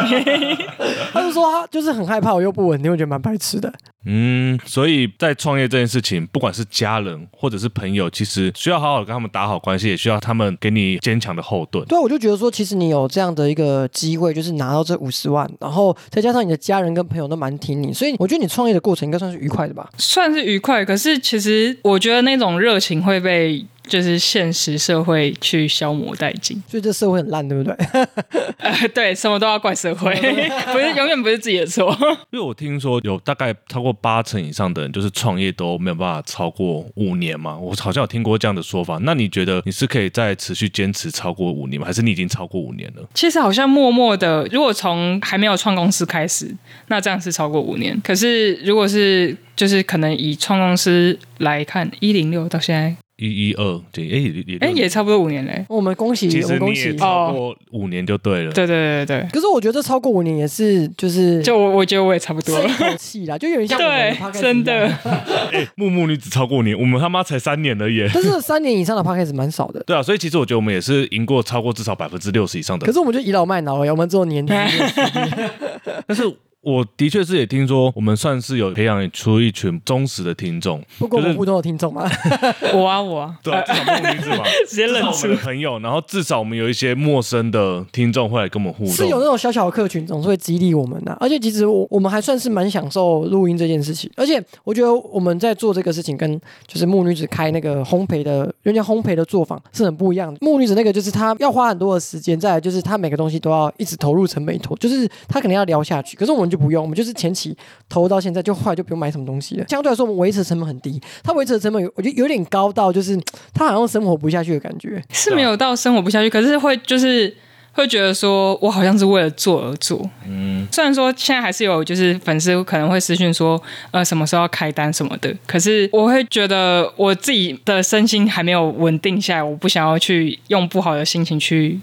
[SPEAKER 1] 他就说他就是很害怕我又不稳定，我觉得蛮白痴的。
[SPEAKER 3] 嗯，所以在创业这件事情，不管是家人或者是朋友，其实需要好好地跟他们打好关系，也需要他们给你坚强的后盾。
[SPEAKER 1] 对啊，我就觉得说，其实你有这样的一个机会，就是拿到这五十万，然后再加上你的家人跟朋友都蛮挺你，所以我觉得你创业的过程应该算是愉快的吧。
[SPEAKER 4] 算是愉快。可是其实我觉得那种热情会被就是现实社会去消磨殆尽。
[SPEAKER 1] 所以这社会很烂，对不 对？
[SPEAKER 4] 呃，对，什么都要怪社 会，不是永远不是自己的错。
[SPEAKER 3] 因为我听说有大概超过八成以上的人，就是创业都没有办法超过五年嘛。我好像有听过这样的说法。那你觉得你是可以再持续坚持超过五年吗？还是你已经超过五年了？
[SPEAKER 4] 其实好像默默的，如果从还没有创公司开始，那这样是超过五年。可是如果是就是可能以创公司来看，一零六到现在，
[SPEAKER 3] 一一二，对，哎也也
[SPEAKER 4] 哎、也差不多五年嘞、
[SPEAKER 1] 我们恭喜
[SPEAKER 3] 其，
[SPEAKER 1] 我
[SPEAKER 3] 实
[SPEAKER 1] 们
[SPEAKER 3] 你
[SPEAKER 1] 恭
[SPEAKER 3] 也
[SPEAKER 1] 喜。
[SPEAKER 3] 超过五年就对了。
[SPEAKER 4] 对对对对
[SPEAKER 1] 可是我觉得这超过五年也是就是
[SPEAKER 4] 对，就我我觉得我也差不多
[SPEAKER 1] 是
[SPEAKER 4] 了
[SPEAKER 1] 一。口气啦，就有点像我们 podcast
[SPEAKER 4] 对，真
[SPEAKER 1] 一样。
[SPEAKER 4] 的，
[SPEAKER 3] 木木你只超过五年，我们他妈才三年而已。
[SPEAKER 1] 但是三年以上的 podcast 蛮少的。
[SPEAKER 3] 对啊，所以其实我觉得我们也是赢过超过至少百分之六十以上的
[SPEAKER 1] 可是我们就倚老卖老了，我们只有年 纪。
[SPEAKER 3] 但是我的确是也听说，我们算是有培养出一群忠实的听众，
[SPEAKER 1] 不过我
[SPEAKER 3] 就
[SPEAKER 1] 们
[SPEAKER 3] 是
[SPEAKER 1] 互动的听众嘛，
[SPEAKER 4] 我啊我啊，
[SPEAKER 3] 对啊，至少不名字嘛，
[SPEAKER 4] 直接
[SPEAKER 3] 至
[SPEAKER 4] 冷
[SPEAKER 3] 少我
[SPEAKER 4] 出
[SPEAKER 3] 们的。朋友，然后至少我们有一些陌生的听众会来跟我们互
[SPEAKER 1] 是有那
[SPEAKER 3] 动。
[SPEAKER 1] 种小小的客群，总是会激励我们的、啊而且其实我我们还算是蛮享受录音这件事情，而且我觉得我们在做这个事情跟就是木女子开那个烘焙的，人家烘焙的做法是很不一样的。木女子那个就是她要花很多的时间，再来就是她每个东西都要一直投入成本一投，就是她可能要聊下去，可是我们就不用，我们就是前期投到现在，就后来就不用买什么东西了。相对来说，我们维持的成本很低，她维持的成本有我觉得有点高到就是她好像生活不下去的感觉。
[SPEAKER 4] 是没有到生活不下去，可是会就是会觉得说我好像是为了做而做。嗯，虽然说现在还是有就是粉丝可能会私讯说呃什么时候要开单什么的，可是我会觉得我自己的身心还没有稳定下来，我不想要去用不好的心情去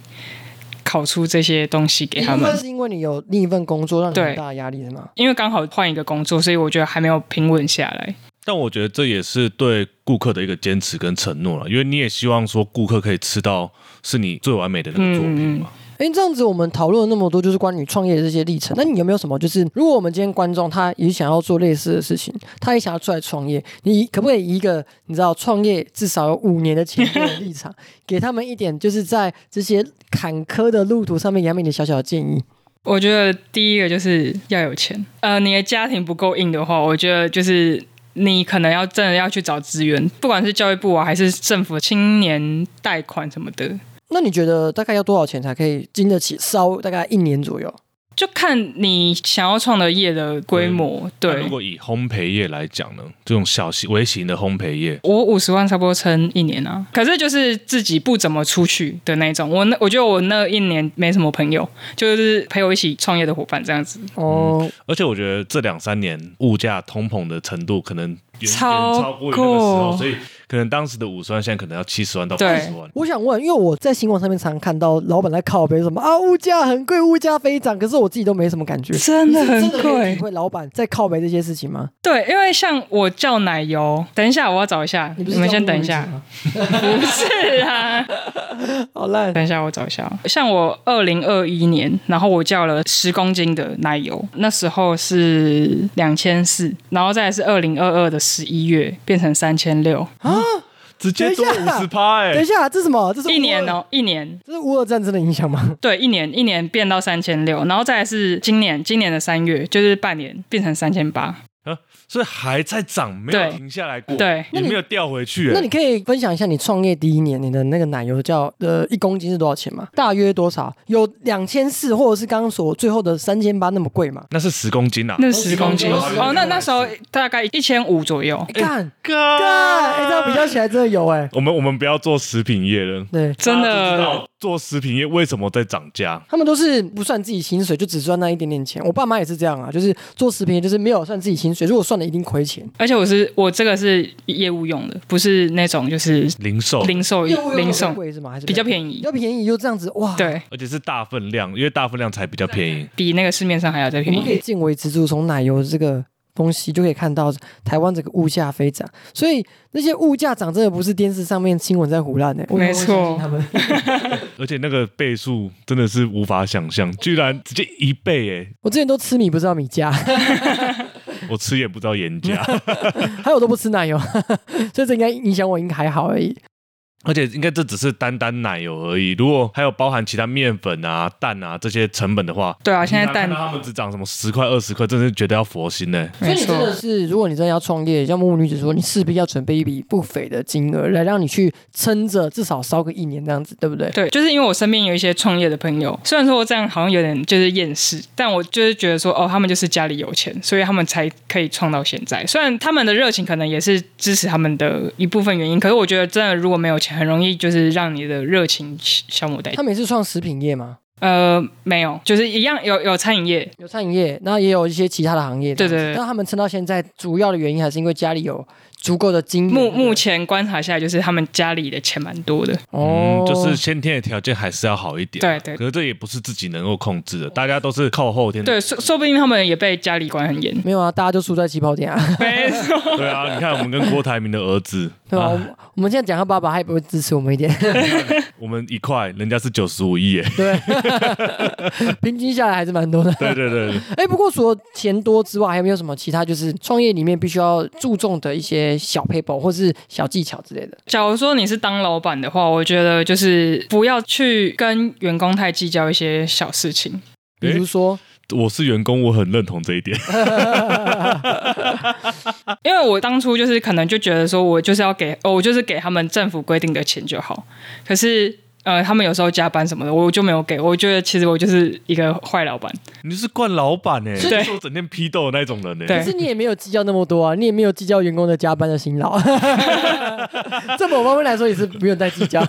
[SPEAKER 4] 考出这些东西给
[SPEAKER 1] 一
[SPEAKER 4] 他
[SPEAKER 1] 部
[SPEAKER 4] 们
[SPEAKER 1] 分。是因为你有另一份工作让你
[SPEAKER 4] 对
[SPEAKER 1] 很大的压力是吗？
[SPEAKER 4] 因为刚好换一个工作，所以我觉得还没有平稳下来。
[SPEAKER 3] 但我觉得这也是对顾客的一个坚持跟承诺了，因为你也希望说顾客可以吃到是你最完美的那个作品
[SPEAKER 4] 嗯
[SPEAKER 3] 嘛。
[SPEAKER 1] 哎，这样子我们讨论了那么多，就是关于创业的这些历程。那你有没有什么，就是如果我们今天观众他也想要做类似的事情，他也想要出来创业，你可不可以以一个你知道创业至少有五年的前辈的立场，给他们一点就是在这些坎坷的路途上面，给他们一点小小的建议？
[SPEAKER 4] 我觉得第一个就是要有钱。呃，你的家庭不够硬的话，我觉得就是你可能要真的要去找资源，不管是教育部啊，还是政府青年贷款什么的，
[SPEAKER 1] 那你觉得大概要多少钱才可以经得起烧大概一年左右？
[SPEAKER 4] 就看你想要创的业的规模。
[SPEAKER 3] 那
[SPEAKER 4] 对
[SPEAKER 3] 如，果以烘焙业来讲呢，这种小型微型的烘焙业，
[SPEAKER 4] 我五十万差不多撑一年啊，可是就是自己不怎么出去的那种。我那我觉得我那一年没什么朋友，就是陪我一起创业的伙伴这样子。
[SPEAKER 1] 哦，
[SPEAKER 3] 而且我觉得这两三年物价通膨的程度可能远远
[SPEAKER 4] 超
[SPEAKER 3] 超过于那个时候，
[SPEAKER 4] 过
[SPEAKER 3] 所以可能当时的五十万，现在可能要七十万到八
[SPEAKER 4] 对
[SPEAKER 3] 十万。
[SPEAKER 1] 我想问，因为我在新闻上面常看到老板在靠背什么啊，物价很贵，物价飞涨，可是我自己都没什么感觉。
[SPEAKER 4] 真的很
[SPEAKER 1] 你是真的可以
[SPEAKER 4] 贵
[SPEAKER 1] 体。会老板在靠背这些事情吗？
[SPEAKER 4] 对，因为像我叫奶油，等一下我要找一下，
[SPEAKER 1] 你
[SPEAKER 4] 你
[SPEAKER 1] 不是
[SPEAKER 4] 们
[SPEAKER 1] 叫
[SPEAKER 4] 先等一
[SPEAKER 1] 物理
[SPEAKER 4] 下
[SPEAKER 1] 吗，。
[SPEAKER 4] 不是啊，
[SPEAKER 1] 好烂，
[SPEAKER 4] 等一下我找一下。像我二零二一年，然后我叫了十公斤的奶油，那时候是两千四，然后再来是二零二二的十一月变成三千六，
[SPEAKER 3] 直接多
[SPEAKER 1] 等一
[SPEAKER 3] 五
[SPEAKER 1] 下
[SPEAKER 3] 十趴
[SPEAKER 1] 等一
[SPEAKER 3] 哎！
[SPEAKER 1] 下，这是什么？这是
[SPEAKER 4] 一年
[SPEAKER 1] 乌尔，
[SPEAKER 4] 哦，一年。
[SPEAKER 1] 这是乌俄战争的影响吗？
[SPEAKER 4] 对，一年一年变到三千六，然后再来是今年今年的三月，就是半年变成三千八。
[SPEAKER 3] 啊，所以还在涨，没有
[SPEAKER 4] 对
[SPEAKER 3] 停下来过，
[SPEAKER 4] 对
[SPEAKER 3] 也没有掉回去。
[SPEAKER 1] 那
[SPEAKER 3] 哎
[SPEAKER 1] 你可以分享一下你创业第一年你的那个奶油叫呃一公斤是多少钱吗？大约多少？有两千四，或者是刚刚所最后的三千八那么贵吗？
[SPEAKER 3] 那是十公斤啊！
[SPEAKER 4] 那十公斤
[SPEAKER 3] 哦十公斤
[SPEAKER 4] 哦，那那时候大概一千五左右，
[SPEAKER 1] 哎干
[SPEAKER 3] 干
[SPEAKER 1] 干，哎，这样比较起来真的有哎，
[SPEAKER 3] 我们我们不要做食品业了，
[SPEAKER 1] 对。
[SPEAKER 4] 真
[SPEAKER 3] 大家啊都知
[SPEAKER 4] 的
[SPEAKER 3] 道做食品业为什么在涨价？
[SPEAKER 1] 他们都是不算自己薪水，就只赚那一点点钱。我爸妈也是这样啊，就是做食品，就是没有算自己薪水，如果算了一定亏钱。
[SPEAKER 4] 而且我是我这个是业务用的，不是那种就是
[SPEAKER 3] 零售，
[SPEAKER 4] 零售零售
[SPEAKER 1] 贵是吗？还是
[SPEAKER 4] 比较便
[SPEAKER 1] 比
[SPEAKER 4] 宜，
[SPEAKER 1] 较便宜，就这样子哇。，
[SPEAKER 4] 对，
[SPEAKER 3] 而且是大分量，因为大分量才比较便宜。
[SPEAKER 4] 比那个市面上还要再
[SPEAKER 1] 我
[SPEAKER 4] 便
[SPEAKER 1] 们可以
[SPEAKER 4] 宜。
[SPEAKER 1] 见微知著，从奶油这个东西就可以看到台湾这个物价飞涨，所以那些物价涨真的不是电视上面新闻在胡乱的、我
[SPEAKER 4] 没错
[SPEAKER 1] 我相信他们
[SPEAKER 3] 而且那个倍数真的是无法想象，居然直接一倍哎！
[SPEAKER 1] 我之前都吃米不知道米价，
[SPEAKER 3] 我吃也不知道盐 价，
[SPEAKER 1] 还有我都不吃奶油， 所以这应该影响我应该还好而已。
[SPEAKER 3] 而且应该这只是单单奶油而已。如果还有包含其他面粉啊、蛋啊这些成本的话，
[SPEAKER 4] 对啊，现在
[SPEAKER 3] 你哪看
[SPEAKER 4] 蛋
[SPEAKER 3] 到他们只涨什么十块、二十块，真的是觉得要佛心呢、嗯
[SPEAKER 1] 所以
[SPEAKER 4] 没
[SPEAKER 1] 你真
[SPEAKER 4] 错
[SPEAKER 1] 的，是，如果你真的要创业，像木木女子说，你势必要准备一笔不菲的金额，来让你去撑着，至少烧个一年这样子，对不对？
[SPEAKER 4] 对，就是因为我身边有一些创业的朋友，虽然说我这样好像有点就是厌世，但我就是觉得说哦，他们就是家里有钱，所以他们才可以创到现在。虽然他们的热情可能也是支持他们的一部分原因，可是我觉得真的如果没有钱，很容易就是让你的热情消磨殆
[SPEAKER 1] 他
[SPEAKER 4] 尽。
[SPEAKER 1] 们也是创食品业嘛，
[SPEAKER 4] 呃，没有，就是一样有有餐饮业，
[SPEAKER 1] 有餐饮业，那也有一些其他的行业这样子。
[SPEAKER 4] 对对对
[SPEAKER 1] 但他们撑到现在，主要的原因还是因为家里有足够的金源
[SPEAKER 4] 目目前观察下来，就是他们家里的钱蛮多的，
[SPEAKER 1] 哦、。
[SPEAKER 3] 嗯，就是先天的条件还是要好一点。
[SPEAKER 4] 对对
[SPEAKER 3] 可是这也不是自己能够控制的，大家都是靠后天。
[SPEAKER 4] 对，说说不定他们也被家里管很严
[SPEAKER 1] 没有啊，大家就输在起跑点啊，
[SPEAKER 4] 没错，
[SPEAKER 3] 对啊，你看我们跟郭台铭的儿子，
[SPEAKER 1] 对吧、
[SPEAKER 3] 啊
[SPEAKER 1] 我们我们现在讲他爸爸，他也不会支持我们一点，
[SPEAKER 3] 我们一块，人家是九十五亿耶。
[SPEAKER 1] 对， 平均下来还是蛮多的。
[SPEAKER 3] 对对对，对
[SPEAKER 1] 哎，不过除了钱多之外，还有没有什么其他就是创业里面必须要注重的一些小 paper 或是小技巧之类的？
[SPEAKER 4] 假如说你是当老板的话，我觉得就是不要去跟员工太计较一些小事情。
[SPEAKER 1] 比如说，
[SPEAKER 3] 我是员工，我很认同这一点。
[SPEAKER 4] 因为我当初就是可能就觉得说，我就是要给，哦，我就是给他们政府规定的钱就好。可是，呃，他们有时候加班什么的，我就没有给。我觉得其实我就是一个坏老板。
[SPEAKER 3] 你就是惯老板哎，
[SPEAKER 4] 对
[SPEAKER 3] 就是我整天批斗的那种人
[SPEAKER 1] 可
[SPEAKER 3] 哎。
[SPEAKER 4] 对
[SPEAKER 1] 是你也没有计较那么多啊，你也没有计较员工的加班的辛劳， 这某方面来说也是不用再计较，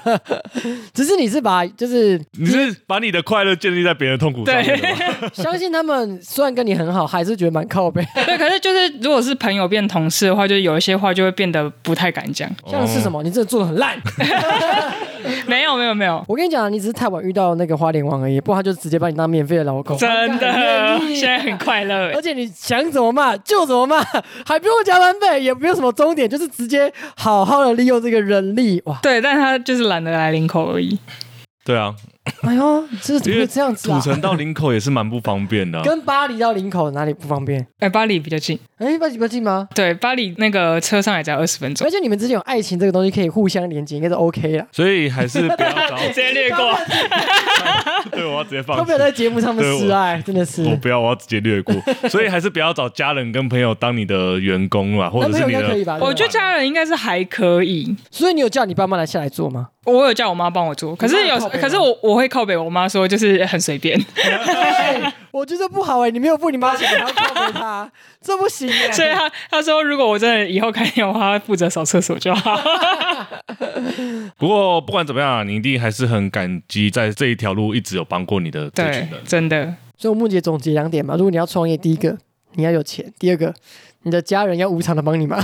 [SPEAKER 1] 只是你是把就是
[SPEAKER 3] 你是把你的快乐建立在别人的痛苦上面的吗。
[SPEAKER 1] 相信他们虽然跟你很好，还是觉得蛮靠背。
[SPEAKER 4] 对，可是就是如果是朋友变同事的话，就是有一些话就会变得不太敢讲。
[SPEAKER 1] 像是什么？你真的做的很烂。
[SPEAKER 4] 没有，没有，没有。
[SPEAKER 1] 我跟你讲，你只是太晚遇到那个花莲王而已，不然他就直接把你当免费的劳工。
[SPEAKER 4] 真
[SPEAKER 1] 他
[SPEAKER 4] 的
[SPEAKER 1] 很愿，意
[SPEAKER 4] 现在很快乐
[SPEAKER 1] 而。且你想怎么骂就怎么骂，还不用加班费，也不用什么终点，就是直接好好的利用这个人力。哇，
[SPEAKER 4] 对，但他就是懒得来领口而已。
[SPEAKER 3] 对啊，
[SPEAKER 1] 哎呦，这怎
[SPEAKER 3] 因
[SPEAKER 1] 么会
[SPEAKER 3] 为
[SPEAKER 1] 这样子
[SPEAKER 3] 土
[SPEAKER 1] 啊？
[SPEAKER 3] 城到林口也是蛮不方便的啊。
[SPEAKER 1] 跟巴黎到林口哪里不方便？
[SPEAKER 4] 哎、巴黎比较近，
[SPEAKER 1] 哎，巴黎不近吗？
[SPEAKER 4] 对，巴黎那个车上也只要二十分钟，
[SPEAKER 1] 而且你们之间有爱情这个东西可以互相连接，应该是 OK 啦。
[SPEAKER 3] 所以还是不要找。
[SPEAKER 4] 直接略
[SPEAKER 3] 啊
[SPEAKER 4] 过。
[SPEAKER 3] 对，我要直接放
[SPEAKER 1] 都
[SPEAKER 3] 弃
[SPEAKER 1] 没有。在节目上面示爱，真的是。
[SPEAKER 3] 我不要，我要直接略 过。所以还是不要找家人跟朋友当你的员工啦，或
[SPEAKER 1] 男
[SPEAKER 3] 者
[SPEAKER 1] 朋
[SPEAKER 3] 是
[SPEAKER 1] 友
[SPEAKER 3] 你
[SPEAKER 1] 应该可以
[SPEAKER 3] 的。
[SPEAKER 1] 吧？
[SPEAKER 4] 我觉
[SPEAKER 1] 对吧
[SPEAKER 4] 得家人应该是还可以，
[SPEAKER 1] 所以你有叫你爸妈来下来做吗？
[SPEAKER 4] 我有叫我妈帮我做，可是有
[SPEAKER 1] 你妈有靠，北吗
[SPEAKER 4] 可是我我会靠北，我妈说就是很随 便，
[SPEAKER 1] 哎我觉得不好哎、你没有付你妈钱，你还要靠背她，这不行哎、
[SPEAKER 4] 所以她她说如果我真的以后开店，我她负责扫厕所就好。
[SPEAKER 3] 不过不管怎么样啊，你一定还是很感激在这一条路一直有帮过你的这群
[SPEAKER 4] 对
[SPEAKER 3] 人，。
[SPEAKER 4] 真的，
[SPEAKER 1] 所以我木姐总结两点嘛，如果你要创业，第一个你要有钱，第二个你的家人要无偿的帮你嘛。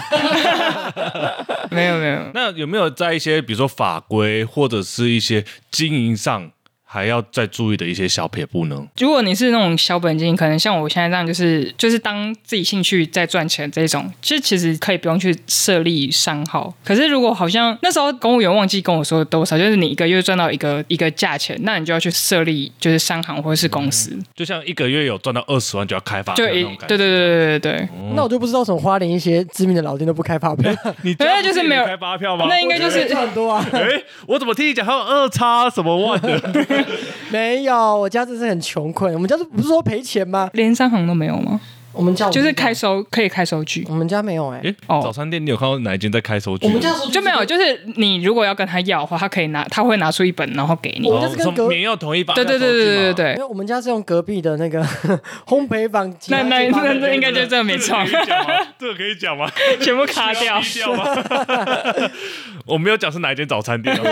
[SPEAKER 4] 没有没有，
[SPEAKER 3] 那有没有在一些比如说法规或者是一些经营上还要再注意的一些小撇步呢？
[SPEAKER 4] 如果你是那种小本金，可能像我现在这样，就是就是当自己兴趣在赚钱这种，就其实可以不用去设立商号。可是如果好像那时候公务员忘记跟我说多少，就是你一个月赚到一个一个价钱，那你就要去设立就是商行或者是公司，
[SPEAKER 3] 就像一个月有赚到二十嗯万就要开发
[SPEAKER 4] 就
[SPEAKER 3] 票那
[SPEAKER 4] 一
[SPEAKER 3] 种感
[SPEAKER 4] 对对
[SPEAKER 3] 觉，哦
[SPEAKER 4] 对对对对。
[SPEAKER 1] 那我就不知道为什么花莲一些知名的老店都不开发票，
[SPEAKER 3] 你
[SPEAKER 4] 对
[SPEAKER 3] 家不
[SPEAKER 4] 就是
[SPEAKER 3] 也
[SPEAKER 4] 没有
[SPEAKER 3] 开发票吗？
[SPEAKER 4] 那应该就是
[SPEAKER 1] 赚很多 啊。
[SPEAKER 3] 哎，我怎么听你讲还有二叉什么万的？
[SPEAKER 1] 没有，我家真是很穷困，我们家不是说赔钱吗？
[SPEAKER 4] 连商行都没有吗？
[SPEAKER 1] 我们家
[SPEAKER 4] 就是开，收可以开收据
[SPEAKER 1] 我们家没有哎、
[SPEAKER 3] 哎，
[SPEAKER 4] 哦
[SPEAKER 3] 早餐店你有看到哪一间在开哦收据
[SPEAKER 1] 我
[SPEAKER 3] 吗？
[SPEAKER 1] 们家是
[SPEAKER 4] 就没有，就是你如果要跟他要的话，他可以拿，他会拿出一本然后给你。
[SPEAKER 1] 我们家是跟
[SPEAKER 3] 哦
[SPEAKER 1] 隔
[SPEAKER 3] 从免药同意发票
[SPEAKER 4] 对对对
[SPEAKER 3] 收据
[SPEAKER 4] 对对
[SPEAKER 3] 嘛
[SPEAKER 4] 对
[SPEAKER 1] 因
[SPEAKER 4] 对，
[SPEAKER 1] 为我们家是用隔壁的那个 烘焙坊，
[SPEAKER 4] 那那那那应该就这 没错，
[SPEAKER 3] 这个可以讲吗？这个可以讲吗？
[SPEAKER 4] 全部卡掉。
[SPEAKER 3] 需要逼吗？ 我没有讲是哪一间早 餐店哦，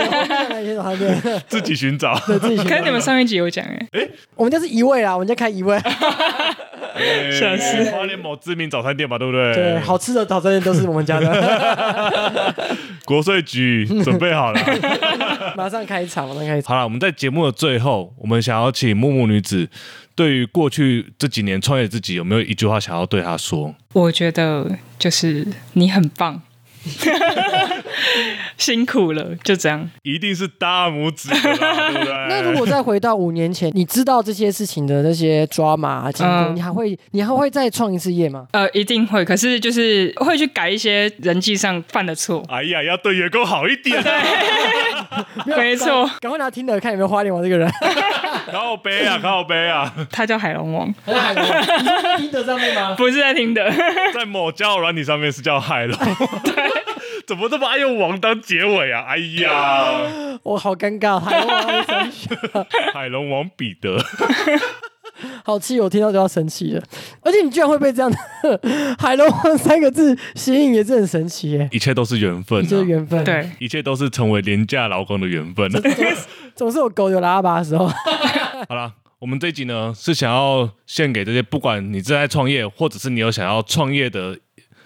[SPEAKER 1] 那些他的
[SPEAKER 3] 自己寻找。
[SPEAKER 1] 自己选
[SPEAKER 4] 可是你们上一集有讲哎、
[SPEAKER 1] 我们家是一位啦，我们家开一位，
[SPEAKER 4] 吓死
[SPEAKER 3] 花莲某知名早餐店吧，对不对？
[SPEAKER 1] 对，好吃的早餐店都是我们家的，
[SPEAKER 3] 国税局准 备好了。
[SPEAKER 1] 马上开场，马上开场。
[SPEAKER 3] 好了，我们在节目的最后，我们想要请木木女子对于过去这几年创业自己有没有一句话想要对她说？
[SPEAKER 4] 我觉得就是你很 棒，辛苦了，就这样。
[SPEAKER 3] 一定是大拇指的 啦，对不对？
[SPEAKER 1] 那如果再回到五年前，你知道这些事情的那些抓马经过，
[SPEAKER 4] 嗯
[SPEAKER 1] 你还会你还会再创一次业吗？
[SPEAKER 4] 呃，一定会，可是就是会去改一些人际上犯的错。
[SPEAKER 3] 哎呀，要对员工好一点啊，
[SPEAKER 4] 没错，
[SPEAKER 1] 赶快拿听的看有没有花莲王这 个人，
[SPEAKER 3] 靠 背啊，靠背啊，
[SPEAKER 4] 他叫海龙王，
[SPEAKER 1] 听得上面吗？
[SPEAKER 4] 不是在听的。
[SPEAKER 3] 在某交友软体上面是叫海龙， 怎么这么爱用王当结尾啊？哎 呀，
[SPEAKER 1] 我好尴尬，海龙王会生气
[SPEAKER 3] 海龙王彼得，
[SPEAKER 1] 好气，我听到就要生气了。啊而且你居然会被这样的 海龙王三个字吸引，也是很神奇耶，
[SPEAKER 3] 一切都是缘分、
[SPEAKER 1] 这是
[SPEAKER 3] 啊。
[SPEAKER 1] 缘分。，
[SPEAKER 4] 对，
[SPEAKER 3] 一切都是成为廉价劳工的缘分。啊
[SPEAKER 1] 总是有狗有喇叭的时候。
[SPEAKER 3] 好啦，我们这一集呢是想要献给这些不管你正在创业，或者是你有想要创业的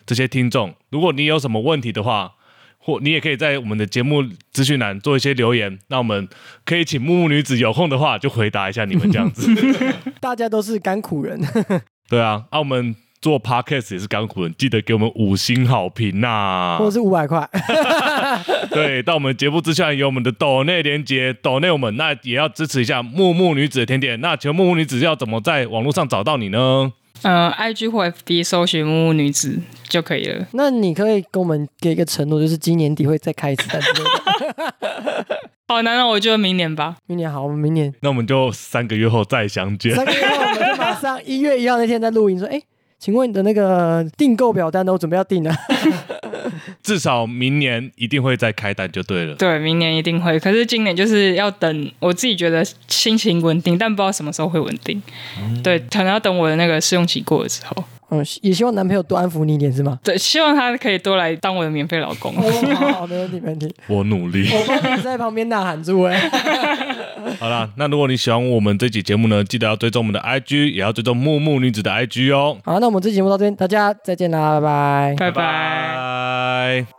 [SPEAKER 3] 这些听众，如果你有什么问题的话，或你也可以在我们的节目资讯栏做一些留言，那我们可以请木木女子有空的话就回答一下你们这样子。
[SPEAKER 1] 大家都是甘苦人，
[SPEAKER 3] 对啊，啊我们。做 podcast 也是甘苦人，记得给我们五星好评呐、
[SPEAKER 1] 或者是五百块，
[SPEAKER 3] 对，到我们节目之下有我们的抖内连接，抖内我们那也要支持一下木木女子的甜点。那请问木木女子要怎么在网络上找到你呢？
[SPEAKER 4] 呃，IG 或 FB 搜寻木木女子就可以了。
[SPEAKER 1] 那你可以跟我们给一个承诺，就是今年底会再开一次蛋之类的。
[SPEAKER 4] 好难哦，我觉得明年吧。
[SPEAKER 1] 明年好，我们明年
[SPEAKER 3] 那我们就三个月后再相见。
[SPEAKER 1] 三个月后，我们就马上一月一号那天在录音，说，哎、请问你的那个订购表单呢？我准备要订了。
[SPEAKER 3] 至少明年一定会再开单就对了。
[SPEAKER 4] 对，明年一定会。可是今年就是要等，我自己觉得心情稳定，但不知道什么时候会稳定。对，可能要等我的那个试用期过了之后。
[SPEAKER 1] 嗯，也希望男朋友多安抚你一点，是吗？
[SPEAKER 4] 对，希望他可以多来当我的免费老公。
[SPEAKER 1] 哦，好好，没问题，没问题。
[SPEAKER 3] 我努力。
[SPEAKER 1] 我帮你在旁边呐喊住、哎，
[SPEAKER 3] 好啦，那如果你喜欢我们这期节目呢，记得要追踪我们的 IG，也要追踪木木女子的 IG 哦。
[SPEAKER 1] 好，那我们这期节目到这边，大家再见啦，拜拜。
[SPEAKER 4] 拜
[SPEAKER 3] 拜
[SPEAKER 4] 拜。
[SPEAKER 3] 拜。